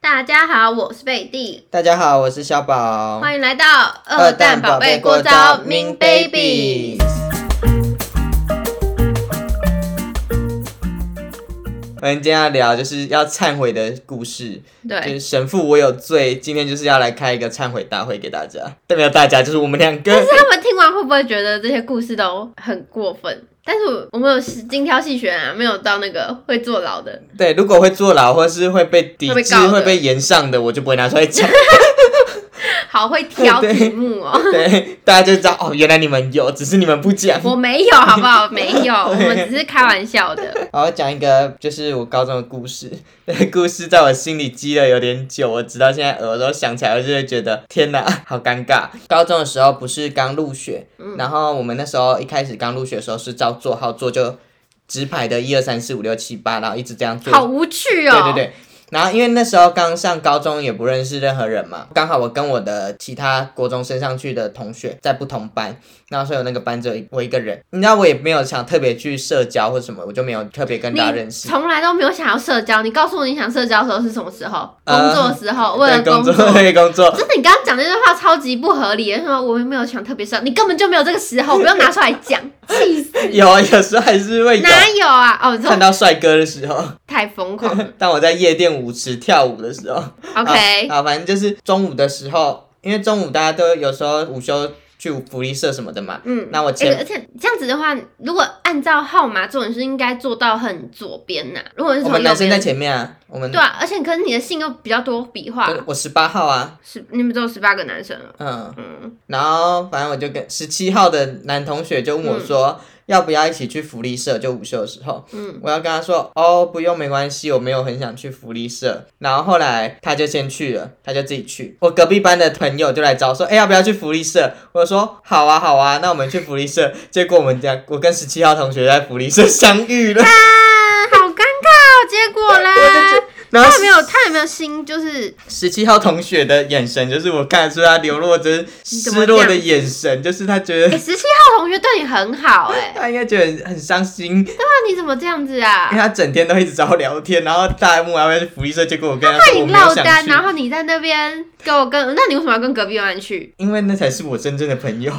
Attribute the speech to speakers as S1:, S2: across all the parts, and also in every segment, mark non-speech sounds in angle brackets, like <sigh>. S1: 大家好，我是贝蒂，
S2: 大家好，我是小宝。
S1: 欢迎来到二蛋宝贝过招 Min Baby。
S2: 我们今天要聊就是要忏悔的故事，就
S1: 对
S2: 是，神父我有罪，今天就是要来开一个忏悔大会给大家。但没有大家，就是我们两个。
S1: 他们听完会不会觉得这些故事都很过分？但是我我们有精挑细选啊，没有到那个会坐牢的。
S2: 对，如果会坐牢或是会被抵
S1: 会被
S2: 制、
S1: 告的
S2: 会被延上的，我就不会拿出
S1: <laughs>
S2: 来讲。
S1: 好会挑题目哦。
S2: 对，大家就知道哦，原来你们有，只是你们不讲。
S1: <laughs> 我没有，好不好？没有，
S2: <laughs>
S1: 我们只是开玩笑的。
S2: 好，我讲一个就是我高中的故事， <laughs> 这个故事在我心里积了有点久，我直到现在有时候想起来，我就会觉得天哪， <laughs> 好尴尬。高中的时候不是刚入学，然后我们那时候一开始刚入学的时候是照座号坐，就直排的一二三四五六七八，然后一直这样坐
S1: 好无趣哦。
S2: 对对对。然后因为那时候刚上高中，也不认识任何人嘛，刚好我跟我的其他国中升上去的同学在不同班，然后所以我那个班只有我一个人。你知道我也没有想特别去社交或什么，我就没有特别跟大家认
S1: 你
S2: 识。
S1: 从来都没有想要社交，你告诉我你想社交的时候是什么时候？工
S2: 呃
S1: 作的时候，为了
S2: 对工
S1: 作。
S2: <laughs> 对工作，
S1: 真的，你刚刚讲那句话超级不合理，为什么我又没有想特别社，你根本就没有这个时候，不要拿出来讲， <laughs> 气死！
S2: 有啊有时候还是会有
S1: 哪有啊？哦，你
S2: 看
S1: 说
S2: 到帅哥的时候， <laughs>
S1: 太疯狂了。
S2: 当我在夜店舞池跳舞的时候。
S1: OK，
S2: 啊，反正就是中午的时候，因为中午大家都有时候午休去福利社什么的嘛。
S1: 嗯。
S2: 那我
S1: 哎、
S2: 前
S1: 而且这样子的话，如果按照号码做，你是应该做到很左边呐、如果哦是
S2: 我
S1: 从
S2: 们
S1: 右
S2: 男生在
S1: 边，
S2: 前面啊，我们
S1: 对啊，而且可是你的姓又比较多笔画，
S2: 我十八号啊，
S1: 是你们只有十八个男生了，
S2: 嗯，
S1: 嗯，
S2: 然后反正我就跟十七号的男同学就问我说，要不要一起去福利社？就午休的时候，
S1: 嗯，
S2: 我要跟他说，哦，不用，没关系，我没有很想去福利社。然后后来他就先去了，他就自己去。我隔壁班的朋友就来找我说，哎，要不要去福利社？我就说好啊，好啊，那我们去福利社。结果我们家我跟十七号同学在福利社相
S1: <laughs>
S2: 遇了，
S1: 啊，好尴尬哦，结果嘞，
S2: 然后
S1: 他有没有他有没有心就是
S2: 十七号同学的眼神，就是我看得出他流露着
S1: 怎么
S2: 失落
S1: 这
S2: 的
S1: 样
S2: 眼神，就是他觉得
S1: 哎，十七号同学对你很好 <laughs> 哎、
S2: 他应该觉得很很伤心，因为
S1: 那你怎么这样子啊？
S2: 他整天都一直找我聊天，然后大幕还会去福利社，结果我跟他
S1: 那
S2: 说我
S1: 你
S2: 没有
S1: 落
S2: 想
S1: 单，
S2: 去
S1: 然，后你在那边给我跟，那你为什么要跟隔壁班去？
S2: 因为那才是我真正的朋友。
S1: 哦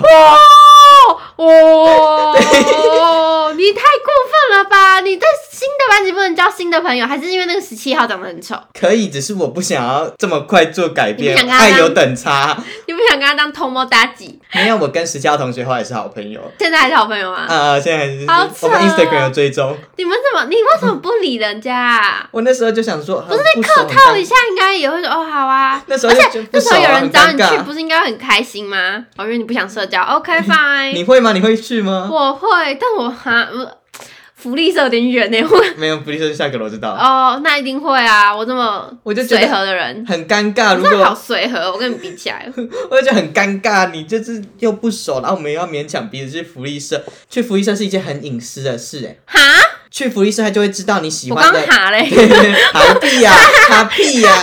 S1: 哦， <laughs> 你太过分了吧！你在新的班级不能交新的朋友，还是因为那个十七号长得很丑，
S2: 可以，只是我不想要这么快做改
S1: 你
S2: 变
S1: 不，想跟他
S2: 爱有等差。
S1: 你不想跟他当偷摸搭几？
S2: 没有，我跟石桥同学后来是好朋友。
S1: 现在还是好朋友吗？
S2: 啊，现在还是
S1: 好扯
S2: 我们 Instagram 有追踪。
S1: 你们怎么，你为什么不理人家、啊？
S2: 我那时候就想说，不是
S1: 那客套一下应该也会说哦好啊。
S2: 那时
S1: 而
S2: 候就
S1: 且
S2: 觉得
S1: 那
S2: 不
S1: 时
S2: 熟
S1: 候有
S2: 啊，
S1: 人
S2: 很
S1: 找你
S2: 尴
S1: 去，
S2: 尬。
S1: 不是应该很开心吗？哦，因为你不想社交。OK fine。
S2: <laughs> 你会吗？你会去吗？
S1: 我会，但我哈，我福利社有点远呢。我
S2: 没有，福利社下个楼知道。
S1: 哦，那一定会啊，我这么
S2: 我就觉
S1: 随
S2: 得
S1: 和的人，
S2: 很尴尬，
S1: 你
S2: 如
S1: 真的
S2: 果
S1: 好随和，我跟你比起来，
S2: 我就觉得很尴尬，你就是又不熟，然后我们又要勉强彼此去福利社。去福利社是一件很隐私的事，哎，
S1: 哈，
S2: 去福利社他就会知道你喜
S1: 我
S2: 欢
S1: 刚
S2: 的
S1: 哈嘞，
S2: <laughs> 哈屁呀，哈屁呀！ <laughs>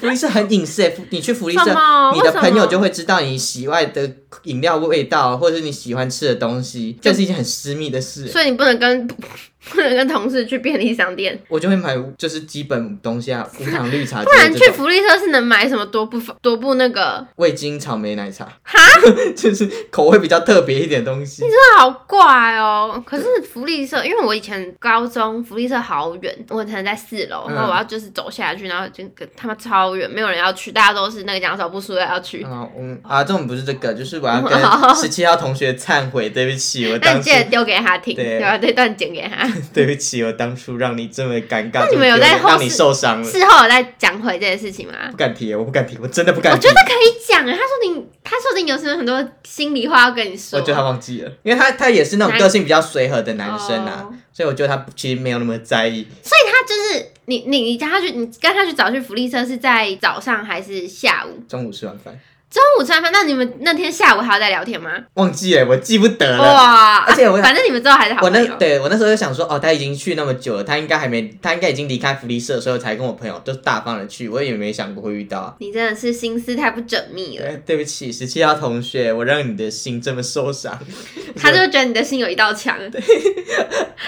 S2: 福利社很隐私欸，你去福利
S1: 什
S2: 社，
S1: 么
S2: 你的
S1: 为什
S2: 朋友
S1: 么
S2: 就会知道你喜爱的饮料味道，或者是你喜欢吃的东西，这是一件很私密的事欸。
S1: 所以你不能跟 <laughs> 不能跟同事去便利商店，
S2: 我就会买就是基本东西啊，无糖绿茶之
S1: 不然
S2: 类
S1: 去
S2: 这种，
S1: 福利社是能买什么多不多不那个，
S2: 味精草莓奶茶，
S1: 哈，
S2: <laughs> 就是口味比较特别一点的东西。
S1: 真的好怪哦。可是福利社，因为我以前高中福利社好远，我可能在四楼，
S2: 嗯
S1: 然后我要就是走下去，然后就跟他妈超远，没有人要去，大家都是那个讲手不输的要去。
S2: 啊，嗯
S1: 哦
S2: 啊，重点不是这个，就是我要跟
S1: 好
S2: 十七号同学忏悔，对不起，我
S1: 哦那你
S2: 当初
S1: 记得丢给他听，
S2: 对
S1: 对吧？这段剪给
S2: <laughs>
S1: 他。
S2: 对不起，我当初让你这么尴尬，
S1: 你们有
S2: 这么丢脸
S1: 在后
S2: 让你
S1: 世
S2: 受伤了。
S1: 事后有再讲回这件事情吗？
S2: 不敢提，我不敢提，我真的不
S1: 我
S2: 敢提
S1: 觉。得可以讲啊，他说你，他说不定有什么很多心里话要跟你说。
S2: 我觉得他忘记了，因为他他也是那种
S1: 男
S2: 个性比较随和的男生啊
S1: 哦
S2: 所以我觉得他其实没有那么在意。
S1: 所以他就是你，你你叫他去，你跟他去找去福利社是在早上还是下午？
S2: 中午吃完饭，
S1: 中午吃完饭，那你们那天下午还要再聊天吗？
S2: 忘记了，我记不得了。
S1: 哇，
S2: 呃而且我
S1: 反正你们之后还哦是好
S2: 我
S1: 朋
S2: 那
S1: 友。
S2: 对我那时候就想说，哦，他已经去那么久了，他应该还没，他应该已经离开福利社，所以我才跟我朋友就大方的去，我也没想过会遇到啊。
S1: 你真的是心思太不缜密了，
S2: 对，哎对不起，十七号同学，我让你的心这么
S1: <laughs>
S2: 受伤。
S1: 他就觉得你的心有一道墙，对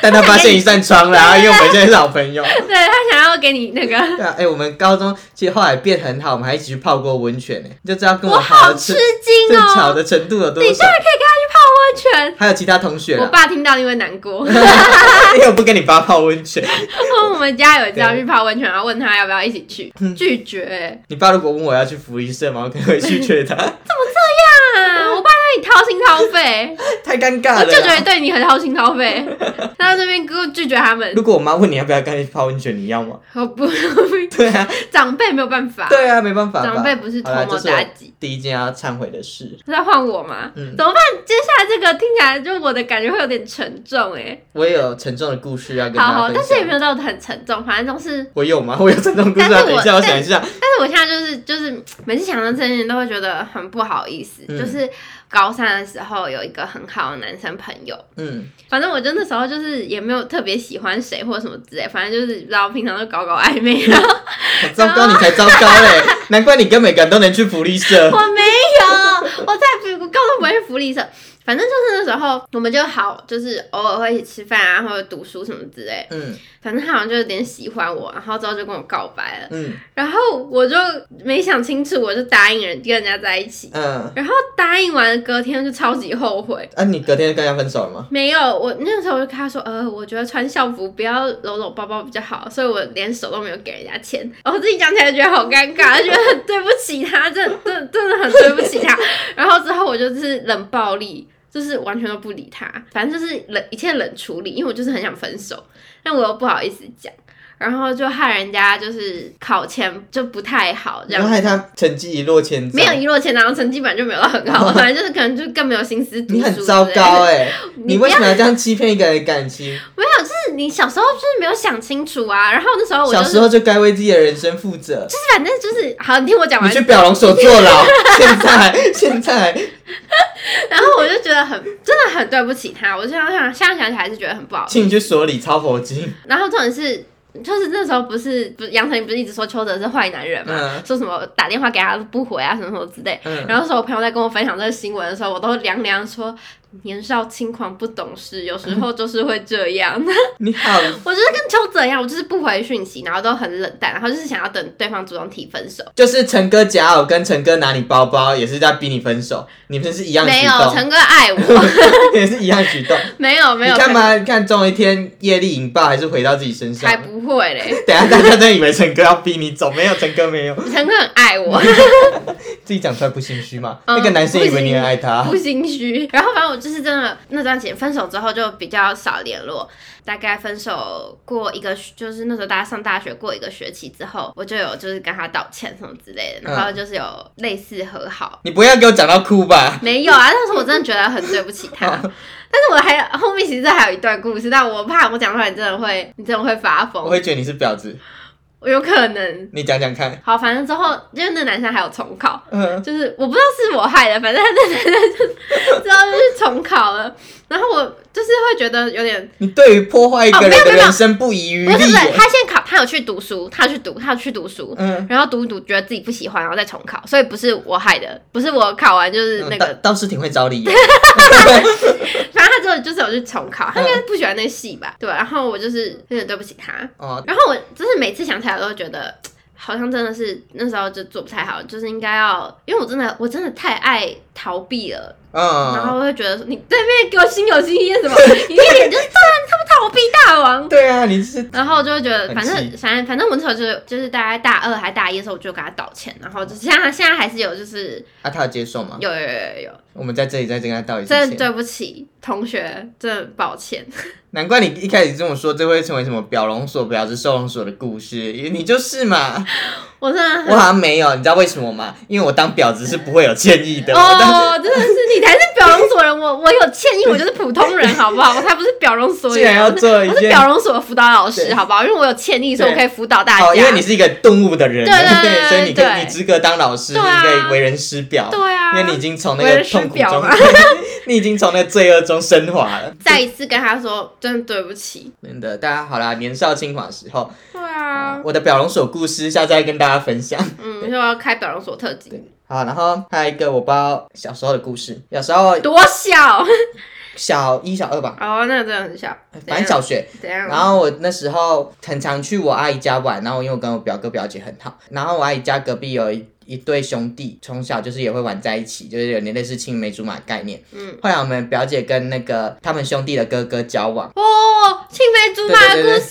S2: 但他发现一扇
S1: <laughs>
S2: 窗了，然后因为我们现在是好朋友。
S1: 他想要给你那个，
S2: 对啊，哎、我们高中其实后来变很好，我们还一起去泡过温泉呢、你就知道跟
S1: 我
S2: 好
S1: 好
S2: 的
S1: 吃
S2: 程
S1: 惊
S2: 这吵
S1: 哦。
S2: 的程度有多
S1: 你居
S2: 少
S1: 然。可以跟他去泡温泉，
S2: 还有其他同学
S1: 我
S2: 啦，
S1: 爸听到你会难过。
S2: <laughs> 因为我不跟你爸泡温泉，
S1: 我们家有一次要去泡温泉，然后问他要不要一起去，
S2: 嗯
S1: 拒绝、
S2: 你爸如果问我要去福利社吗？我可能会拒绝他， <laughs>
S1: 啊，我爸让你掏心掏肺，
S2: 太尴尬
S1: 我
S2: 了
S1: 舅舅也
S2: 啦。
S1: 对你很掏心掏
S2: <laughs>
S1: 肺，他在这边给我拒绝他们
S2: 如，果我妈问你要不要跟你泡温泉，你要吗？ <laughs>
S1: 我不， <laughs>
S2: 对啊，
S1: 长辈没有办法，
S2: 对啊，没办法吧。
S1: 长辈不是头
S2: 好啦
S1: 毛
S2: 这是
S1: 妲
S2: 我
S1: 己。
S2: 第一件要忏悔的事。
S1: 是在换我吗？
S2: 嗯
S1: 怎么办？接下来这个听起来就我的感觉会有点沉重哎、
S2: 我也有沉重的故事要跟大
S1: 好
S2: 家
S1: 好，
S2: 分享。
S1: 但是也没有到很沉重，反正就是，
S2: 我有吗？我 <laughs> 有沉重故事啊！
S1: 但是
S2: 等
S1: 我
S2: 一下，我想一下。
S1: 但是我现在就是就是每次想到这件事情都会觉得很不好意思，
S2: 嗯
S1: 就是高三的时候有一个很好的男生朋友。
S2: 嗯，
S1: 反正我就那时候就是也没有特别喜欢谁或什么之类，反正就是不知道平常都搞搞暧昧，然后
S2: 好糟糕，你才糟糕
S1: <laughs>
S2: 嘞！难怪你跟每个人都能去福利社。
S1: 我没有，我在福我根本不会去福利社，反正就是那时候我们就好，就是偶尔会一起吃饭啊，或者读书什么之类，
S2: 嗯
S1: 反正他好像就有点喜欢我，然后之后就跟我告白了，
S2: 嗯
S1: 然后我就没想清楚，我就答应人跟人家在一起，
S2: 嗯，
S1: 然后答应完隔天就超级后悔。
S2: 啊，你隔天就跟人家分手了吗？
S1: 没有，我那个时候我就跟他说，呃，我觉得穿校服不要搂搂包包比较好，所以我连手都没有给人家牵。然后我自己讲起来觉得好尴尬，觉得很对不起他，真的真的真的很对不起他。 <laughs> 然后之后我就是冷暴力，就是完全都不理他，反正就是冷一切冷处理，因为我就是很想分手，但我又不好意思讲，然后就害人家就是考前就不太好这
S2: 然后
S1: 样。
S2: 害他成绩一落千丈。
S1: 没有一落千丈，然后成绩本来就没有到很好，反正就是可能就更没有心思读书。
S2: 你很糟糕，
S1: 欸
S2: 哎、你
S1: 你不
S2: 为
S1: 要
S2: 什么要这样欺骗一个人的感情？
S1: 没有，就是你小时候就是没有想清楚啊。然后那时候我就
S2: 小
S1: 是，
S2: 时候就该为自己的人生负责。
S1: 就是反正就是好，你听我讲
S2: 你
S1: 完
S2: 去。表龙所坐
S1: <laughs>
S2: 牢，现在现在，
S1: 然后我就觉得很真的很对不起他，我就想想现在想起来还是觉得很不好。
S2: 请你去所里抄佛经。
S1: 然后重点是。就是那时候不是不是杨丞琳不是一直说邱泽是坏男人嘛，
S2: 嗯
S1: 说什么打电话给他不回啊什么什么之类。
S2: 嗯
S1: 然后那时候我朋友在跟我分享这个新闻的时候，我都凉凉说年少轻狂不懂事，有时
S2: 嗯
S1: 候就是会这样。 <laughs>
S2: 你好，
S1: 我就是跟邱泽一样，我就是不回讯息，然后都很冷淡，然后就是想要等对方主动提分手。
S2: 就是陈哥假偶跟陈哥拿你包包，也是在逼你分手，你们是一样举
S1: 没有，
S2: 动，
S1: 陈哥爱我，
S2: <laughs> 也是一样举动。
S1: 没有 <laughs> 没
S2: 你
S1: 有，
S2: 干嘛？你看，终有一天业力引爆，还是回到自己身
S1: 陈还
S2: 上。
S1: 不会嘞，
S2: 等一下大家都以为陈哥要逼你走，没有，陈哥没有， <laughs>
S1: 陈哥很爱我，
S2: 自己讲出来不心虚吗？
S1: 嗯
S2: 那个男生以为你很爱他
S1: <laughs> 不，心虚。然后反正我就是真的那段时间分手之后就比较少联络，大概分手过一个，就是那时候大家上大学过一个学期之后，我就有就是跟他道歉什么之类的，
S2: 嗯
S1: 然后就是有类似和好。
S2: <laughs> 你不要给我讲到哭吧。
S1: 没有啊，但是我真的觉得很对不起他。但
S2: <laughs>
S1: 是我还有后面其实还有一段故事，但我怕我讲出来你真的会，你真的会发
S2: 我
S1: 疯，
S2: 会觉得你是婊子，
S1: 我有可能。
S2: 你讲讲看。
S1: 好，反正之后因为那男生还有重考，
S2: 嗯，
S1: 就是我不知道是我害的，反正他那男生就之后就是重考了，然后我就是会觉得有点，
S2: 你对于破坏一个
S1: 哦
S2: 人
S1: 没有没有
S2: 的
S1: 没有
S2: 人生不遗余
S1: 不是不
S2: 力
S1: 是，
S2: 耶。
S1: 他先考，他有去读书，他有去读，他有去读书，
S2: 嗯，
S1: 然后读一读觉得自己不喜欢，然后再重考，所以不是我害的，不是我考完就是那
S2: 嗯
S1: 个，
S2: 倒倒是挺会找
S1: <laughs>
S2: 理由。 <laughs>
S1: 反正他之后就是有去重考，他应该不喜欢那个戏吧，对，然后我就是有点对不起他，
S2: 哦，
S1: 然后我就是每次想起来都觉得，好像真的是那时候就做不太好，就是应该要，因为我真的我真的太爱逃避了。然
S2: 嗯，
S1: 后我会觉得说你对面给我心有戚戚焉什
S2: <laughs>
S1: 么，你一脸就是对啊，他们逃避大王。
S2: 对啊，你是
S1: 然后就会觉得，反
S2: 很
S1: 正
S2: 气
S1: 反正反正我那时候就是就是大概大二还大一的时候，我就给他道歉，然后就是现在现在还是有就是
S2: 啊，他有接受吗？
S1: 有有有有有，
S2: 我们在这里再跟他道一次
S1: 真的
S2: 歉。
S1: 对不起同学，真的抱歉。
S2: 难怪你一开始这么说，这会成为什么表龙所、表之受龙所的故事，你就是
S1: <laughs>
S2: 嘛。
S1: 我真的
S2: 我
S1: 很
S2: 好像没有，你知道为什么吗？因为我当婊子是不会有歉意的。我当
S1: 哦，真的是你才是婊表容所人，我我有歉意，我就是普通人，好不好？我才不是表容所
S2: 竟然
S1: 员，
S2: 要
S1: 我是
S2: 做一
S1: 我是
S2: 件
S1: 表容所的辅导老师，
S2: 对
S1: 好不好？因为我有歉意，所以我
S2: 对
S1: 可以辅导大家。
S2: 哦，因为你是一个动物的人，啊
S1: 对对对对
S2: 所以你可
S1: 对
S2: 以你资格当老师，
S1: 对
S2: 你
S1: 啊
S2: 可以为人师表，
S1: 对啊，
S2: 因为你已经从那
S1: 为
S2: 个
S1: 人师
S2: 痛苦
S1: 表啊
S2: 中
S1: 嘛，
S2: <laughs> 你已经从那个罪恶中升华了。
S1: 再一次跟他说，真的对不起。
S2: 真的，大家好啦，年少轻狂时候，
S1: 对啊，
S2: 我的表容所故事下次再跟大家分享。
S1: 嗯，说要开表容所特辑，
S2: 好，然后还有一个我不知道小时候的故事，有时候
S1: 多小？
S2: 小一、小二吧，
S1: 哦，那个真的很小，
S2: 反正小学。
S1: 怎样？
S2: 然后我那时候很常去我阿姨家玩，然后因为我跟我表哥表姐很好，然后我阿姨家隔壁有一一对兄弟，从小就是也会玩在一起，就是有点类似青梅竹马的概念。
S1: 嗯，
S2: 后来我们表姐跟那个他们兄弟的哥哥交往。
S1: 哦，青梅竹马的故事，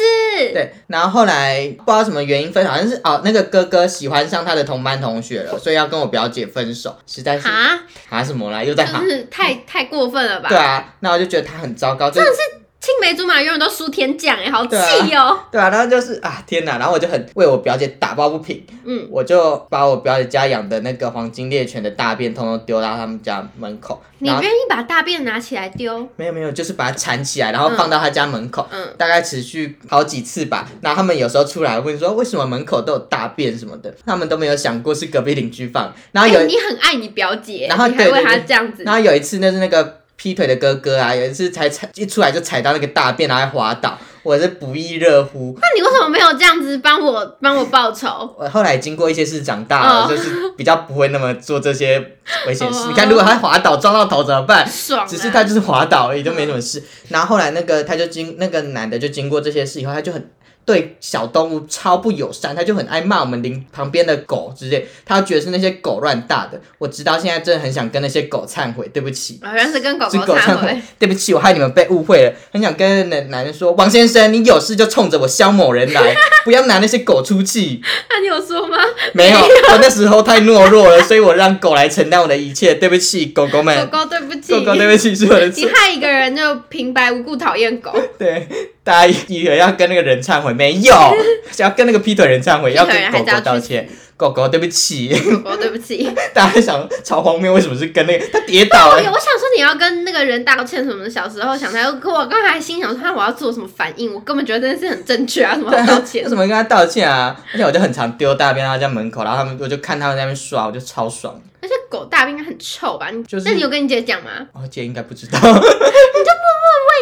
S2: 对，然后后来不知道什么原因分手，好像是哦，那个哥哥喜欢上他的同班同学了，所以要跟我表姐分手，实在是
S1: 哈，
S2: 啊什么啦，又在
S1: 就
S2: 哈。
S1: 是太太过分了吧？
S2: 嗯对啊，那我就觉得他很糟糕，真的是
S1: 青梅竹马永远都输天降哎，好气
S2: 对啊
S1: 哦。
S2: 对啊，然后就是啊天哪，然后我就很为我表姐打抱不平，
S1: 嗯，
S2: 我就把我表姐家养的那个黄金猎犬的大便通通丢到他们家门口，
S1: 你
S2: 然后
S1: 愿意把大便拿起来丢？
S2: 没有没有，就是把它缠起来，然后放到他家门口。
S1: 嗯，
S2: 大概持续好几次吧，然后他们有时候出来问说为什么门口都有大便什么的，他们都没有想过是隔壁邻居放。然后有
S1: 哎，你很爱你表姐，
S2: 然后
S1: 你还
S2: 对
S1: 为
S2: 对
S1: 她
S2: 对
S1: 这样子
S2: 然，后有一次，那是那个劈腿的哥哥啊，有一次才踩一出来就踩到那个大便，然后还滑倒，我是不亦乐乎。
S1: 那你为什么没有这样子帮我帮我报仇？
S2: 我后来经过一些事长大了，
S1: 哦
S2: 就是比较不会那么做这些危险事。
S1: 哦
S2: 你看，如果他滑倒撞到头怎么办？
S1: 爽啊！
S2: 只是他就是滑倒而已，就没什么事。然后后来那个他就经那个男的就经过这些事以后，他就很对小动物超不友善，他就很爱骂我们邻旁边的狗之类，他觉得是那些狗乱大的。我直到现在真的很想跟那些狗忏悔，对不起。
S1: 好哦像是跟狗
S2: 是
S1: 狗
S2: 狗忏
S1: 忏
S2: 悔
S1: 悔，，
S2: 对不起，我害你们被误会了。很想跟那男人说，王先生，你有事就冲着我肖某人来，不要拿那些狗出气。
S1: <laughs> 那你有说吗？
S2: 没有，我那时候太懦弱了，所以我让狗来承担我的一切。对不起，狗狗
S1: 狗
S2: 们，
S1: 狗对不起，
S2: 狗狗，对不起，是
S1: <laughs>
S2: 我的
S1: 你
S2: 错。
S1: 害一个人就平白无故讨厌
S2: <laughs>
S1: 狗，
S2: 对，大家以为要跟那个人忏悔，没有，
S1: <laughs>
S2: 是要跟那个劈腿人忏悔，要
S1: 劈腿人
S2: 跟
S1: 还是
S2: 狗
S1: 要
S2: 狗道歉。狗狗，对不起， <laughs>
S1: 狗哦狗对不起。
S2: 大家想超荒谬，为什么是跟那个他跌
S1: 对，
S2: 倒
S1: 我
S2: 了
S1: <laughs> 有，？我想说你要跟那个人道歉什么的。小时候想他，可我刚才心想说，看我要做什么反应，我根本觉得这件事很正确啊，什么 <laughs> 好道歉
S2: 为？什么跟他道歉啊？而且我就很常丢大便到他家门口，然后他们我就看他们在那边刷，我就超爽。
S1: 而且狗大便应该很臭吧？你
S2: 就是
S1: 那你有跟你姐讲吗？
S2: 我哦姐应该不知道。 <laughs>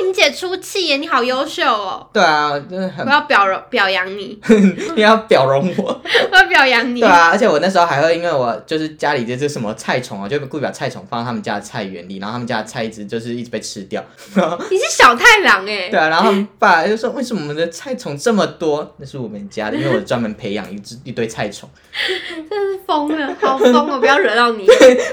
S1: 为你姐出气耶，你好优秀哦！
S2: 对啊，真的
S1: 我
S2: 很，
S1: 要表容表扬你， <laughs>
S2: 你要表容我。
S1: 我要表扬你
S2: 对。啊，而且我那时候还会，因为我就是家里这只什么菜虫啊，就故意把菜虫放到他们家的菜园里，然后他们家的菜一直就是一直被吃
S1: <laughs>
S2: 掉。
S1: 你是小太郎哎
S2: 对，啊，然后他们爸就说：“为什么我们的菜虫这么多？”那是我们家的，因为我专门培养一只一堆菜虫， <laughs> 啊
S1: 真是疯了，好疯哦！不要惹到你。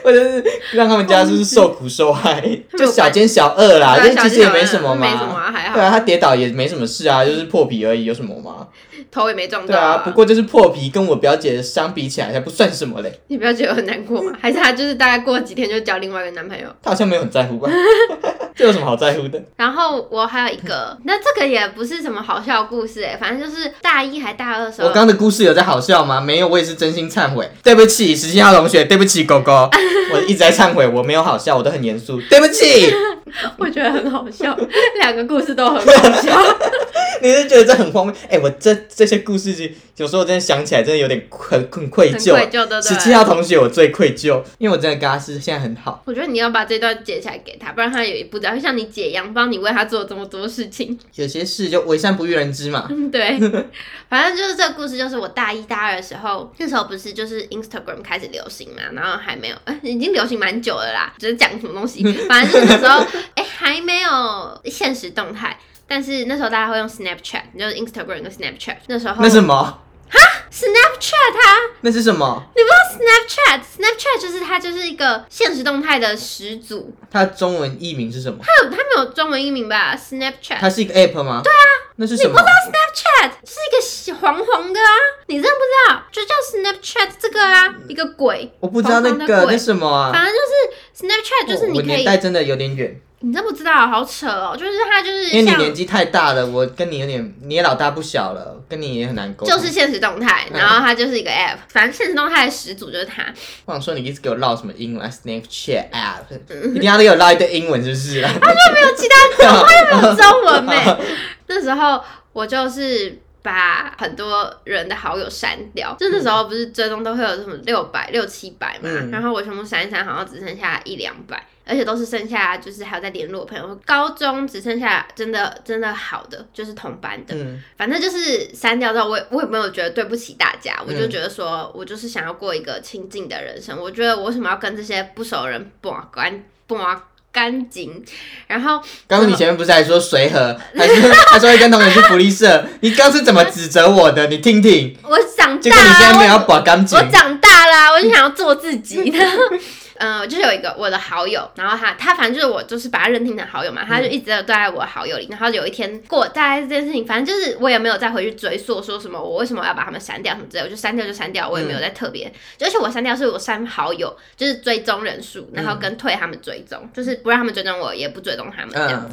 S2: 我就是让他们家就是受苦受
S1: <laughs>
S2: 害，就小奸小恶啦，
S1: 对
S2: 这
S1: 啊
S2: 其实也没
S1: 小
S2: 什
S1: 太
S2: 么
S1: 郎
S2: 嘛。
S1: 没什么啊，还
S2: 对啊，
S1: 好，
S2: 他跌倒也没什么事啊，就是破皮而已，有什么吗？
S1: 头也没撞
S2: 对
S1: 到
S2: 啊，不
S1: 啊。
S2: 过就是破皮，跟我表姐的伤比起来，还不算什么嘞。
S1: 你不要觉得很难
S2: <laughs>
S1: 过吗？还是他就是大概过几天就交另外一个男朋友？
S2: 她好像没有很在乎吧？ <laughs> 这有什么好在乎的？
S1: 然后我还有一
S2: <laughs>
S1: 个，那这个也不是什么好笑的故事哎、反正就是大一还大二的时
S2: 我
S1: 候，
S2: 刚刚的故事有在好笑吗？没有，我也是真心忏悔，对不起，石信浩同学，对不起，狗狗，我一直在忏悔，我没有好笑，我都很严肃，对不起。
S1: <laughs>
S2: <laughs>
S1: 我觉得很好笑，两个故事都很好笑。
S2: <laughs> 你是觉得这很荒谬？哎、我这这些故事是有时候真的想起来，真的有点很很愧
S1: 很
S2: 疚。
S1: 愧疚，对不
S2: 十七
S1: 对？
S2: 号同学，我最愧疚，因为我真的跟他是现在很好。
S1: 我觉得你要把这段截起来给他，不然他有一步骤会像你姐一样，帮你为他做这么多事情。
S2: 有些事就为善不欲人知嘛。
S1: 嗯， <laughs> 对，反正就是这个故事，就是我大一大二的时候，那时候不是就是 Instagram 开始流行嘛，然后还没有， <laughs> 哎已经流行蛮久了啦，只是讲什么东西，反正就是那时候，哎、还没有现实动态。但是那时候大家会用 Snapchat，就是 Instagram 跟 Snapchat。那时候
S2: 那什么？
S1: Snapchat 啊
S2: 那是什么？
S1: ，Snapchat，Snapchat 就是它就是一个现实动态的始祖。
S2: 它的中文译名是什么？
S1: 它有它没有中文译名吧？Snapchat。
S2: 它是一个 app 吗？对啊。那是什么？
S1: Snapchat 是一个小黄黄的啊，你真的不知道，就叫 Snapchat 这个啊，一个鬼，
S2: 我不知道那
S1: 黄黄的
S2: 个
S1: 鬼
S2: 那什么啊。
S1: 反正就是 Snapchat 就是
S2: 哦我
S1: 你
S2: 我
S1: 可以
S2: 年代真的有点远。
S1: 你真不知道，好扯哦！就是他就是
S2: 因为你
S1: 像
S2: 年纪太大了，我跟你有点，你也老大不小了，跟你也很难沟通。
S1: 就是现实动态，
S2: 嗯
S1: 然后它就是一个 app，反正现实动态的始祖就是它。
S2: 我想说，你一直给我唠什么英文啊 Snapchat
S1: 嗯
S2: app，一定要给我唠一堆英文，是不是啊？
S1: <laughs> 没有其他中，它又没有中文没、
S2: <laughs>
S1: 那时候我就是把很多人的好友删掉，就那时候不是追踪都会有什么六百、六七百嘛，
S2: 嗯
S1: 然后我全部删一删，好像只剩下一两百。而且都是剩下就是还有在联络的朋友，高中只剩下真的真的好的就是同班的，
S2: 嗯，
S1: 反正就是删掉之后，我也我也没有觉得对不起大家，我就
S2: 嗯
S1: 觉得说我就是想要过一个清静的人生。我觉得我为什么要跟这些不熟的人绑干绑干净？然后
S2: 刚刚你前面不是还说随和，还说还说会跟同学去福利社，你刚是怎么指责我的？你听听，
S1: 我长
S2: 结
S1: 大
S2: 果你现在没有
S1: 啦，
S2: 把干
S1: 我
S2: 净
S1: 我，长大啦，我就想要做自己。 <laughs> 然后，嗯、就是有一个我的好友，然后他他反正就是我就是把他认定成好友
S2: 嗯
S1: 嘛，他就一直都在我好友里。然后有一天过大概这件事情，反正就是我也没有再回去追溯说什么我为什么要把他们删掉什么之类，我就删掉就删掉，我也没有再特
S2: 嗯
S1: 别。就而且我删掉是我删好友，就是追踪人数，然后跟退他们追踪，就是不让他们追踪我，也不追踪他们这样。
S2: 嗯，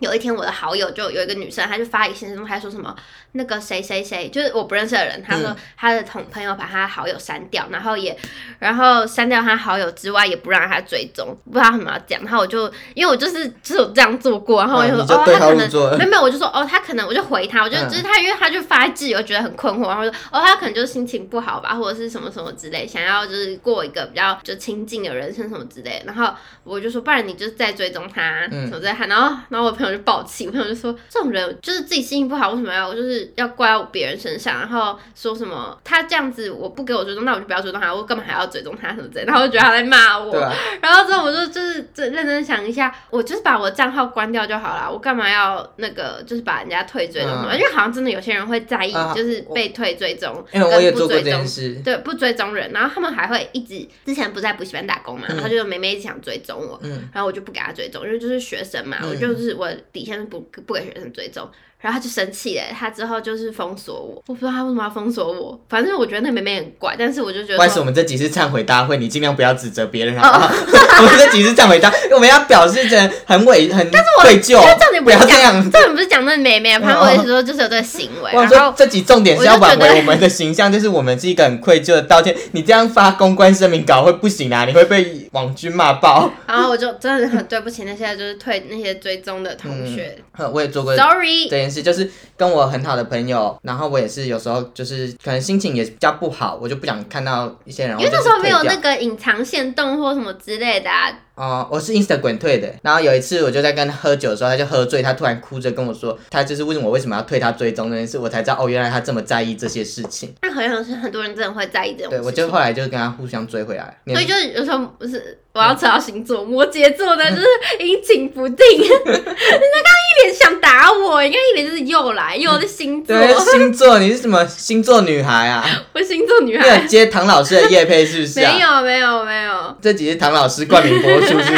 S1: 有一天，我的好友就有一个女生，她就发一个现实动态说什么那个谁谁谁，就是我不认识的人，她说
S2: 嗯
S1: 她的同朋友把她好友删掉，然后也然后删掉她好友之外，也不让她追踪，不知道她怎么要讲。然后我就因为我就是只有这样做过，然后我就
S2: 嗯
S1: 说、
S2: 你就
S1: 哦，
S2: 对
S1: 她
S2: 号
S1: 可
S2: 入
S1: 能
S2: 座了
S1: 没有没有，我就说哦，她可能我就回她，我就、
S2: 嗯
S1: 就是她，因为她就发一句，我觉得很困惑，然后我说哦，她可能就是心情不好吧，或者是什么什么之类，想要就是过一个比较就亲近的人生什么之类，然后我就说，不然你就再追踪他，
S2: 嗯
S1: 什么在他，然后然后我朋友就暴气，我朋友就说这种人就是自己心情不好，为什么要就是要怪到别人身上，然后说什么他这样子我不给我追踪，那我就不要追踪他，我干嘛还要追踪他什么之类的，然后我就觉得他在骂我，
S2: 对啊吧？
S1: <laughs> 然后之后我就就是认认真想一下，我就是把我账号关掉就好了，我干嘛要那个就是把人家退追踪什么？
S2: 嗯
S1: 因为好像真的有些人会在意，
S2: 啊
S1: 就是被退追踪，
S2: 因为我也
S1: 跟不
S2: 做过
S1: 追
S2: 这
S1: 踪
S2: 件事，
S1: 对，不追踪人，然后他们还会一直之前不在补习班打工嘛，
S2: 嗯
S1: 然后就每每一直想追踪我，
S2: 嗯
S1: 然后我就不给他追踪，因为就是学生嘛，
S2: 嗯
S1: 我就是我底线是不不给学生追踪，然后他就生气了，他之后就是封锁我，我不知道他为什么要封锁我，反正我觉得那妹妹很怪，但是我就觉得
S2: 关系
S1: 说
S2: 我们这几次忏悔大会，你尽量不要指责别
S1: 哦
S2: 人好不好？我们这几次忏悔大，我们要表示成
S1: <laughs>
S2: 很委很愧疚
S1: 但重点，
S2: <laughs>
S1: 不
S2: 不
S1: 是
S2: 要这
S1: 讲， <laughs>
S2: 样。
S1: 重点不是讲那妹妹啊，反正我一直说就是有这个行为，
S2: 哦我
S1: 然
S2: 说 <laughs>
S1: 后。
S2: 这集重点是要挽
S1: 我就觉
S2: 回
S1: 得
S2: 我们的形象，就是我们是一个很愧疚的道歉。你这样发公关声明稿会不行啦，啊你会被网军骂
S1: <laughs>
S2: 爆。
S1: 然后我就真的很对不起那些就是退那些追踪的同学、
S2: 哼嗯我也做过
S1: s o r r y
S2: 这件事，就是跟我很好的朋友，然后我也是有时候就是可能心情也比较不好，我就不想看到一些人，
S1: 因为
S2: 我就
S1: 那
S2: 是
S1: 时候没有
S2: 退掉
S1: 那个隐藏限动或什么之类的、啊，
S2: 哦、我是 Instagram 退的。然后有一次我就在跟他喝酒的时候，他就喝醉，他突然哭着跟我说，他就是问我为什么要退他追踪这件事，我才知道哦，原来他这么在意这些事情。
S1: 但好像是很多人真的会在意这种
S2: 对，我
S1: 事
S2: 就
S1: 情。
S2: 后来就跟他互相追回来。
S1: 所以就是有时候不是我要扯到星座，摩
S2: <laughs>
S1: 羯座呢就是阴晴不定。 <laughs> 人家刚刚一脸想打我，你看一脸就是又来又是星座，
S2: 对星座，你是什么星座女孩啊？
S1: <laughs> 我星座女
S2: 你有
S1: 孩。
S2: 接唐老师的夜配是不是、啊？
S1: 没，有没有没有，
S2: 这集是唐老师冠名播
S1: <laughs>
S2: 出，是不是？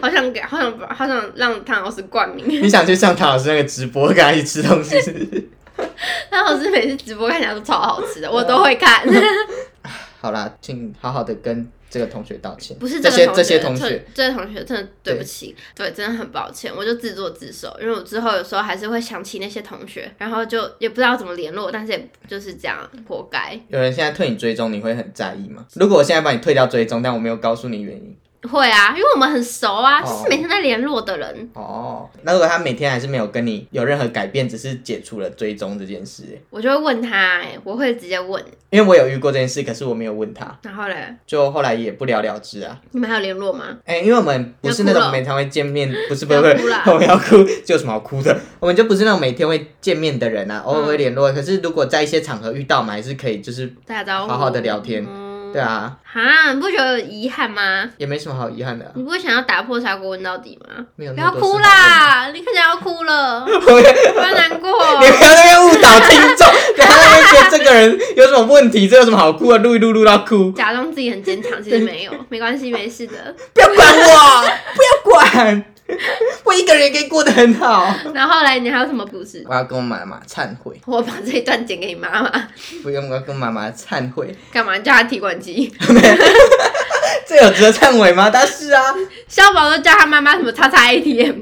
S1: 好想给，好想好想让唐老师冠 <laughs> 名。
S2: 你想去上唐老师那个直播，跟他一起吃东西是不是？ <laughs>
S1: 唐老师每次直播看起来都超好吃的，我都会 <laughs> 看。
S2: 好啦，请好好的跟这个同学道歉。
S1: 不是
S2: 这
S1: 这
S2: 些
S1: 个
S2: 这些
S1: 同
S2: 同
S1: 学
S2: 学，，
S1: 这这些同学真的对不起，对，真的很抱歉，我就自作自受，因为我之后有时候还是会想起那些同学，然后就也不知道怎么联络，但是也就是这样，活该。
S2: 有人现在退你追踪，你会很在意吗？如果我现在把你退掉追踪，但我没有告诉你原因，
S1: 会啊，因为我们很熟啊，
S2: 哦
S1: 就是每天在联络的人，
S2: 哦，那如果他每天还是没有跟你有任何改变，只是解除了追踪这件事，
S1: 我就会问他、哎我会直接问，
S2: 因为我有遇过这件事，可是我没有问他，
S1: 然后嘞，
S2: 就后来也不了了之啊。
S1: 你们还有联络吗？
S2: 哎、因为我们不是那
S1: 要哭
S2: 种
S1: 了
S2: 每天会见面，不是不
S1: 不
S2: 是
S1: 要
S2: 不
S1: 哭
S2: 是 <laughs>
S1: 啦，
S2: 我们要哭，就有什么好哭的？我们就不是那种每天会见面的
S1: 嗯
S2: 人啊，偶尔会联络。可是如果在一些场合遇到嘛，还是可以，就是
S1: 大家招呼，
S2: 好好的聊天
S1: 嗯，
S2: 对啊，
S1: 哈，你不觉得有遗憾吗？
S2: 也没什么好遗憾的啊、
S1: 你不会想要打破砂锅问到底吗？
S2: 没有
S1: 不
S2: 那么
S1: 要
S2: 多事好
S1: 哭
S2: 问
S1: 啦，你看起来要哭了，
S2: <laughs> 我也
S1: 不要难过。
S2: 你不要在那边误导听众，
S1: <laughs>
S2: 不要在那边说这个人有什么问题，这有什么好哭的，录一录录到哭，
S1: 假装自己很坚强，其实没
S2: <laughs>
S1: 有，没关系，没事的。
S2: 不要管
S1: <laughs>
S2: 我，不要管， <laughs> 我一个人也可以过得很好。
S1: 然后后来你还有什么故事？
S2: 我要跟我妈妈忏悔，
S1: 我把这一段剪给你妈妈，
S2: 不用，我要跟妈妈忏悔。 <laughs>
S1: 干嘛？你叫她提款机？
S2: 这有值得忏悔吗？但是
S1: <laughs>
S2: 啊，
S1: 肖宝都叫他妈妈什么叉叉 ATM，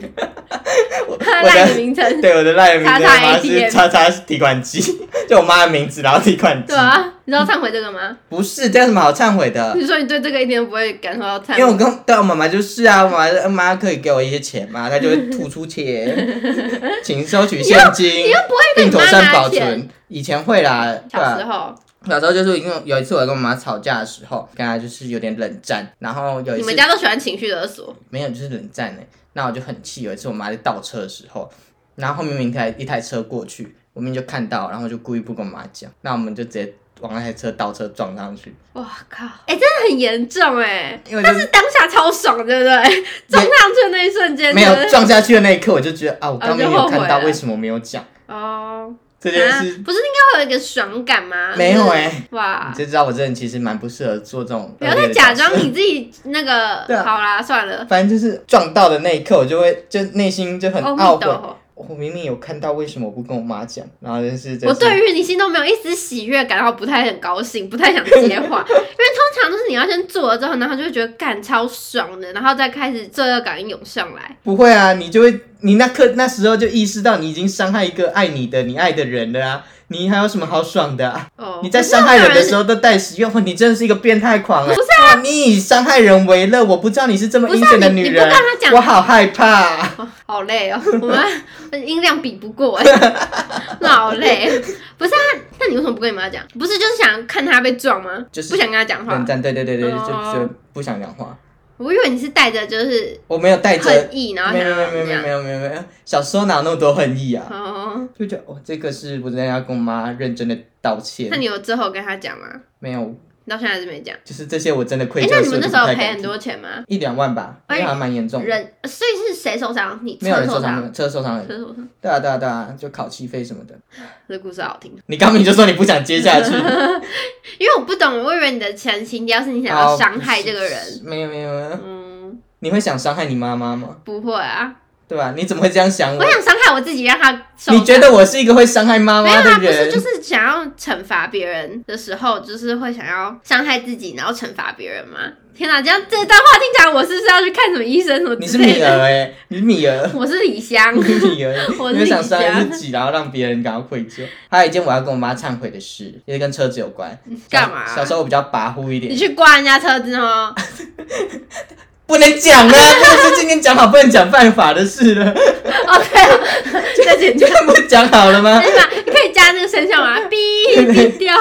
S2: 我
S1: 他
S2: 我
S1: 的赖
S2: 的
S1: 的名
S2: <laughs>
S1: 称，
S2: 对我的赖的名字
S1: 叉叉
S2: 他妈
S1: ATM
S2: 是叉叉提款机， <laughs> 就我妈的名字，然后提款机
S1: 对，啊，你知道忏悔这个吗？
S2: 不是这有什么好忏悔的？
S1: 你说你对这个一点都不会感受到忏
S2: 因为我
S1: 悔，
S2: 跟对我妈妈就是啊，我妈说妈可以给我一些钱嘛，她就会吐
S1: <laughs>
S2: 出钱，请收取现金
S1: 你又不会跟
S2: 并
S1: 你
S2: 妥
S1: 妈
S2: 善
S1: 拿
S2: 保
S1: 钱。
S2: 存。以前会啦，对
S1: 小时
S2: 啊，
S1: 候，
S2: 小时候就是因为有一次我跟我妈吵架的时候，跟她就是有点冷战，然后啊有一
S1: 你
S2: 次
S1: 们家都喜欢情绪勒索，
S2: 没有就是冷战呢、那我就很气。有一次我妈在倒车的时候，然后后面明台一台车过去，我明明就看到，然后就故意不跟我妈讲，那我们就直接往那台车倒车撞上去，
S1: 哇靠！哎、真的很严重哎、
S2: 因为就是
S1: 当下超爽，对不对？撞上去的那一瞬间，
S2: 没
S1: 对
S2: 有
S1: 不对
S2: 撞下去的那一刻，我就觉得啊，我
S1: 哦
S2: 刚
S1: 就
S2: 没
S1: 后
S2: 有
S1: 悔
S2: 看到，
S1: 了
S2: 为什么没有讲
S1: 哦，
S2: 这件
S1: 啊
S2: 事？
S1: 不是应该会有一个爽感吗？
S2: 没有哎、
S1: 哇
S2: 你！就知道我这人其实蛮不适合做这种。
S1: 不要再假装。你自己那个
S2: 对啊
S1: 好啦，算了，
S2: 反正就是撞到的那一刻，我就会就内心就很
S1: 哦，
S2: 懊
S1: 我
S2: 悔。
S1: 懂。
S2: 我明明有看到，为什么我不跟我妈讲？然后就是真
S1: 我
S2: 是
S1: 对于你心中没有一丝喜悦感，然后不太很高兴，不太想
S2: <laughs>
S1: 接话，因为通常都是你要先做了之后，然后就会觉得干超爽的，然后再开始罪恶感涌上来。
S2: 不会啊，你就会你那刻那时候就意识到你已经伤害一个爱你的你爱的人了啊，你还有什么好爽的、啊？
S1: 哦，
S2: 你在伤害人的时
S1: 候，
S2: 候都带喜悦，哇你真的是一个变态狂啊！不是啊，你以伤害人为乐，我不知道你是这么
S1: 不是
S2: 阴
S1: 啊
S2: 险的
S1: 你
S2: 女
S1: 你不
S2: 人，
S1: 跟他讲
S2: 我好害怕。
S1: 好累哦，我
S2: <laughs>
S1: 们音量比不过哎，那好累。不是啊，那你为什么不跟你妈讲？不是就是想看她被撞吗？
S2: 就是
S1: 不想跟她讲话
S2: 冷。战，对对对对，就
S1: 哦
S2: 就不想讲话。
S1: 我以为你是带着就是
S2: 我没有带着，
S1: 恨意，然后
S2: 没
S1: 想
S2: 有没
S1: 要
S2: 有没
S1: 这
S2: 有没有
S1: 样。
S2: 没有没有没有，小时候哪有那么多恨意啊？
S1: 哦，
S2: 就觉得哦，这个是我真的要跟我妈认真的道歉
S1: 那。你有之后跟她讲吗？
S2: 没有，
S1: 到现在还是没讲。
S2: 就是这些我真的愧
S1: 哎，
S2: 疚。
S1: 那你们那时候
S2: 所以我就不太
S1: 赔
S2: 敢
S1: 很多钱吗？
S2: 一两万吧，因
S1: 哎
S2: 为还蛮严重的，
S1: 人，所以是谁受伤？你
S2: 没有人
S1: 受
S2: 受伤，车受伤了。
S1: 车受伤。
S2: 对啊对啊对啊，就考气费什么的。
S1: 这故事好听，
S2: 你刚明就说你不想接下去，
S1: 因为我不懂，我以为你的前情调是你 <laughs> 想要
S2: 哦
S1: 伤害这个人。。
S2: 不是 <laughs> 没有没有没有，
S1: 嗯，
S2: 你会想伤害你妈妈吗？
S1: 不会啊，
S2: 对吧？你怎么会这样想
S1: 我想伤害我自己，让他受。
S2: 你觉得我是一个会伤害妈
S1: 没
S2: 妈
S1: 有
S2: 的
S1: 啊？不是，
S2: 人？
S1: 就是想要惩罚别人的时候，就是会想要伤害自己，然后惩罚别人嘛。天哪，这样这段话听起来，我是不是要去看什么医生什么
S2: 你
S1: 之
S2: 是
S1: 类
S2: 米
S1: 的？
S2: 儿哎、你是米儿。 <laughs>
S1: 我是李湘，
S2: 你而
S1: 我是啊
S2: 已，你会想伤害
S1: 李
S2: 自己，然后让别人感到愧疚。还有一件我要跟我妈忏悔的事，也是跟车子有关。
S1: 嗯干嘛啊
S2: 小小时候我比较跋扈一
S1: 你
S2: 点，
S1: 去刮人家车子哦。
S2: 不能讲啊！这个是今天讲好，不能讲犯法的事了，
S1: OK，再见。
S2: 这不是讲好
S1: <laughs>
S2: 了吗？
S1: 对吧？哎你可以加那个声效
S2: <laughs>
S1: 吗？哔哔掉。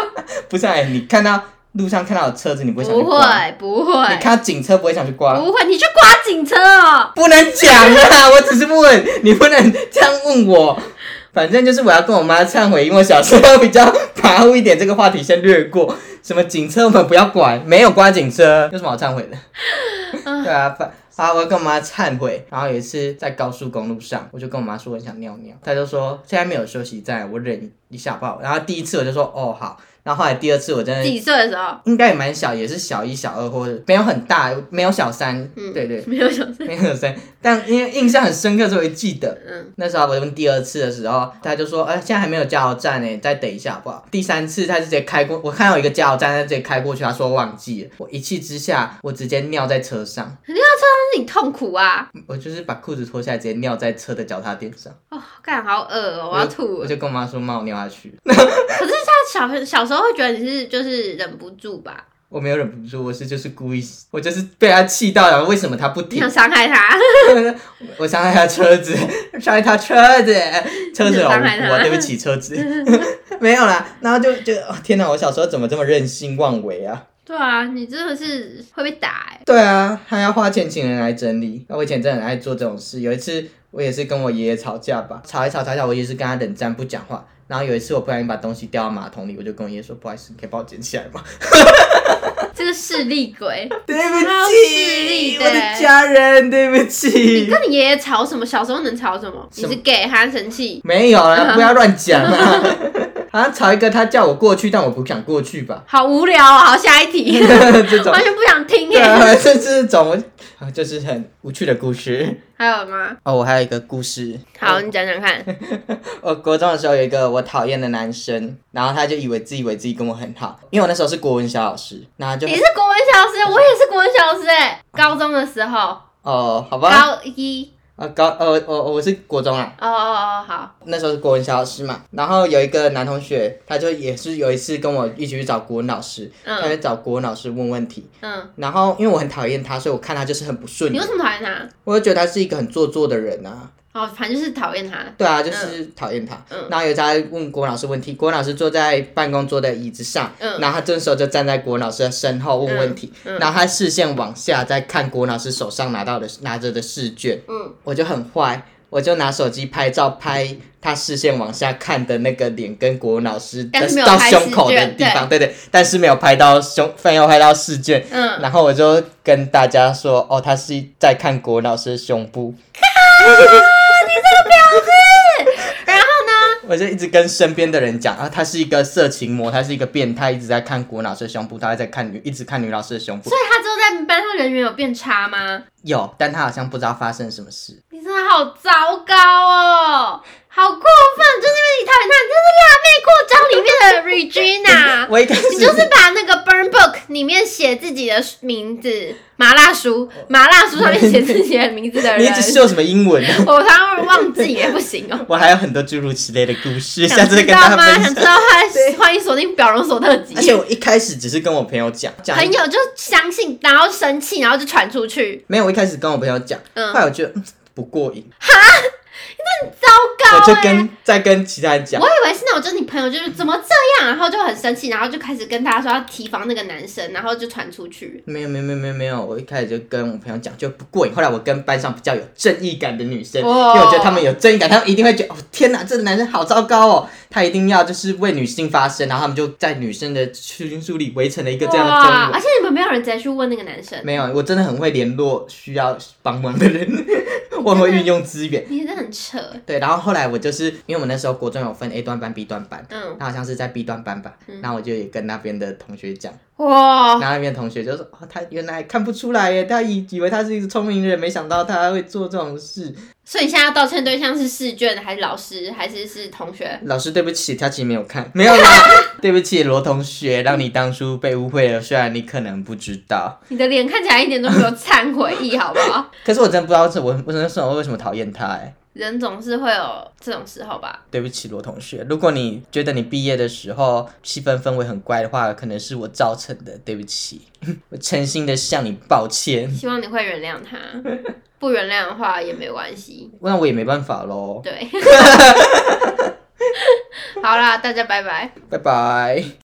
S2: 不是、啊，你看到路上看到有车子，你不会想去
S1: 不
S2: 刮？
S1: 会，不
S2: 你
S1: 会，
S2: 看到警车不会想去刮？
S1: 不会，你去刮警车哦。
S2: 不能讲啊！我只是问你，不能这样问我。反正就是我要跟我妈忏悔，因为我小时候比较 <laughs> 跋扈一点，这个话题先略过。什么警车我们不要管，没有刮警车，有什么好忏悔的？对啊，反啊，我要跟我妈忏悔。然后有一次在高速公路上，我就跟我妈说我想尿尿，她就说现在没有休息站，我忍一下吧。然后第一次我就说哦好，然后后来第二次我真的
S1: 几岁的时候？
S2: 应该也蛮小，也是小一、小二或者没有很大，没有小三，
S1: 嗯
S2: 对对，
S1: 没有想生。
S2: 没有声，但因为印象很深刻，所以我记得。
S1: 嗯，
S2: 那时候我问第二次的时候，他就说：“哎、现在还没有加油站呢、再等一下好不好？”第三次他就直接开过，我看到有一个加油站，他直接开过去，他说忘记了。我一气之下，我直接尿在车上，
S1: 但是你痛苦啊！
S2: 我就是把裤子脱下来，直接尿在车的脚踏垫上。
S1: 哦，干好恶哦，我要吐
S2: 我
S1: 了。
S2: 就跟我妈说：“妈，我尿下去。
S1: 可是他小小时候会觉得你是就是忍不住吧，”
S2: 我没有忍不住，我是就是故意，我就是被他气到，然后为什么他不
S1: 你
S2: 停
S1: 想？伤害他，
S2: 我伤害他车子，伤害他车子，车子有
S1: 你有
S2: 哦
S1: 伤害他
S2: 我对不起车
S1: <laughs>
S2: 子，没有啦。然后就就、哦、天哪，我小时候怎么这么任性妄为啊？
S1: <laughs> 对啊，你真的是会被打哎、
S2: 对啊，还要花钱请人来整理。我以前真的很爱做这种事。有一次我也是跟我爷爷吵架吧，吵一吵吵一吵，我也是跟他冷战不讲话。然后有一次我不小心把东西掉到马桶里，我就跟我爷爷说：“不好意思，你可以帮我捡起来
S1: <laughs>
S2: 吗
S1: 这个势利
S2: <laughs>
S1: 鬼。？”
S2: 对
S1: 超势利
S2: 不起，
S1: 的
S2: 我的家人，对
S1: <laughs>
S2: 不
S1: 你
S2: 起。
S1: 跟你爷爷吵什么？小时候能吵什么？你
S2: 什
S1: 是给他生气，
S2: <laughs> 没有
S1: <laughs>
S2: 啦，不要乱讲啦。 <laughs> 好像吵一个，他叫我过去，但我不想过
S1: <laughs>
S2: 去吧。
S1: 啊
S2: <laughs>
S1: 好无聊哦。好，下一题， <laughs>
S2: 这种
S1: 完全不想听
S2: 对 <laughs>
S1: 哎、
S2: 啊，这这种，啊，这是很无趣的故事。
S1: 还有吗？
S2: 哦，我还有一个故事。
S1: 好，你讲讲
S2: <laughs>
S1: 看。
S2: 我国中的时候有一个我讨厌的男生，然后他就以为自己以为自己跟我很好，因为我那时候是国文小老师，然后就
S1: 你是国文小老师，我也是国文小老师哎。高中的时候，
S2: 哦，好吧，
S1: 高一。
S2: 啊高呃我我我是国中啊，
S1: 哦哦哦，好。
S2: 那时候是国文小老师嘛，然后有一个男同学，他就也是有一次跟我一起去找国文老师，他
S1: 嗯
S2: 去找国文老师问问题，
S1: 嗯，
S2: 然后因为我很讨厌他，所以我看他就是很不顺
S1: 你
S2: 眼
S1: 为，什么讨厌他？
S2: 我就觉得他是一个很做作的人啊，
S1: 哦，反正就是讨厌他。
S2: 对啊，就是讨厌他。
S1: 嗯
S2: 然后有一次他问国文老师问题，国文老师坐在办公桌的椅子上，
S1: 嗯
S2: 然后他这时候就站在国文老师的身后问问题，
S1: 嗯嗯
S2: 然后他视线往下在看国文老师手上拿到的拿着的试卷，
S1: 嗯，
S2: 我就很坏，我就拿手机拍照拍他视线往下看的那个脸跟国文老师的
S1: 但是没有
S2: 到
S1: 拍
S2: 胸
S1: 试
S2: 口的
S1: 卷
S2: 地方，对对，但是没有拍到胸，没有拍到试卷，
S1: 嗯，
S2: 然后我就跟大家说，哦，他是在看国文老师的胸部。
S1: <laughs> 然后呢？
S2: 我就一直跟身边的人讲啊，他是一个色情魔，他是一个变态，一直在看国文老师的胸部，他还在看女，一直看女老师的胸部
S1: 所。以他之后在班上人缘有变差吗？
S2: 有，但他好像不知道发生什么事。
S1: 你真的好糟糕哦，好过分！就是因为你讨厌他，你就是辣妹过招里面的
S2: <laughs>
S1: Regina。
S2: 我一开始
S1: 啊你就是把那个 burn book 里面写自己的名字，麻辣书，麻辣书上面写自己的名字的
S2: 你
S1: 人
S2: 一，直秀什么英文、啊？
S1: 我常常忘记也不行哦。
S2: <laughs> 我还有很多诸如此类的故事， <laughs> 下
S1: 想
S2: 次
S1: 知
S2: 再跟
S1: 道
S2: 大家
S1: 吗？
S2: 分
S1: 想知
S2: 享。
S1: 道他欢迎锁定表容所特辑
S2: 而。且我一开始只是跟我朋友讲，讲
S1: 朋友就相信，然后生气，然后就传出去，
S2: 没有，我一开始跟我朋友讲，
S1: 嗯
S2: 后来我觉得、嗯不过瘾，
S1: 糟糕、
S2: 我
S1: 欸！
S2: 就跟再跟其他人讲
S1: 我，以为是那种，就是你朋友就是怎么这样，然后就很生气，然后就开始跟大家说要提防那个男生，然后就传出去。
S2: 没有没有没有没有没有，我一开始就跟我朋友讲就不过瘾，后来我跟班上比较有正义感的女生，
S1: 哦
S2: 因为我觉得她们有正义感，她们一定会觉得哦天哪，这个男生好糟糕哦，他一定要就是为女性发声，然后他们就在女生的群组里围成了一个这样的氛
S1: 哇！
S2: 围。
S1: 而且你们没有人直接去问那个男生，
S2: 没有，我真的很会联络需要帮忙的人，我很会运用资源。
S1: 你真的很扯。欸
S2: 对，然后后来我就是因为我们那时候国中有分 A 段班、B 段班，
S1: 嗯，
S2: 那好像是在 B 段班吧，然后我就也跟那边的同学讲。
S1: 哇，
S2: 然后那边同学就说：“哦，他原来看不出来耶，他以以为他是一个聪明人，没想到他会做这种事。
S1: 所以你现在要道歉对象是试卷，还是老师，还是是同学？
S2: 老师，对不起，他其实没有看， <laughs> 没有啦，对不起，罗同学，让你当初被误会了，虽然你可能不知道，
S1: 你的脸看起来一点都没有忏悔意， <laughs> 好不好？
S2: 可是我真的不知道是我，我真的是我为什么讨厌他哎。”
S1: 人总是会有这种时候吧。
S2: 对不起，罗同学，如果你觉得你毕业的时候气氛氛围很怪的话，可能是我造成的。对不起， <laughs> 我诚心的向你抱歉。
S1: 希望你会原谅他，不原谅的话也没关系。
S2: 那我也没办法
S1: <laughs>
S2: 喽，
S1: 对，好啦，大家拜拜。
S2: 拜拜。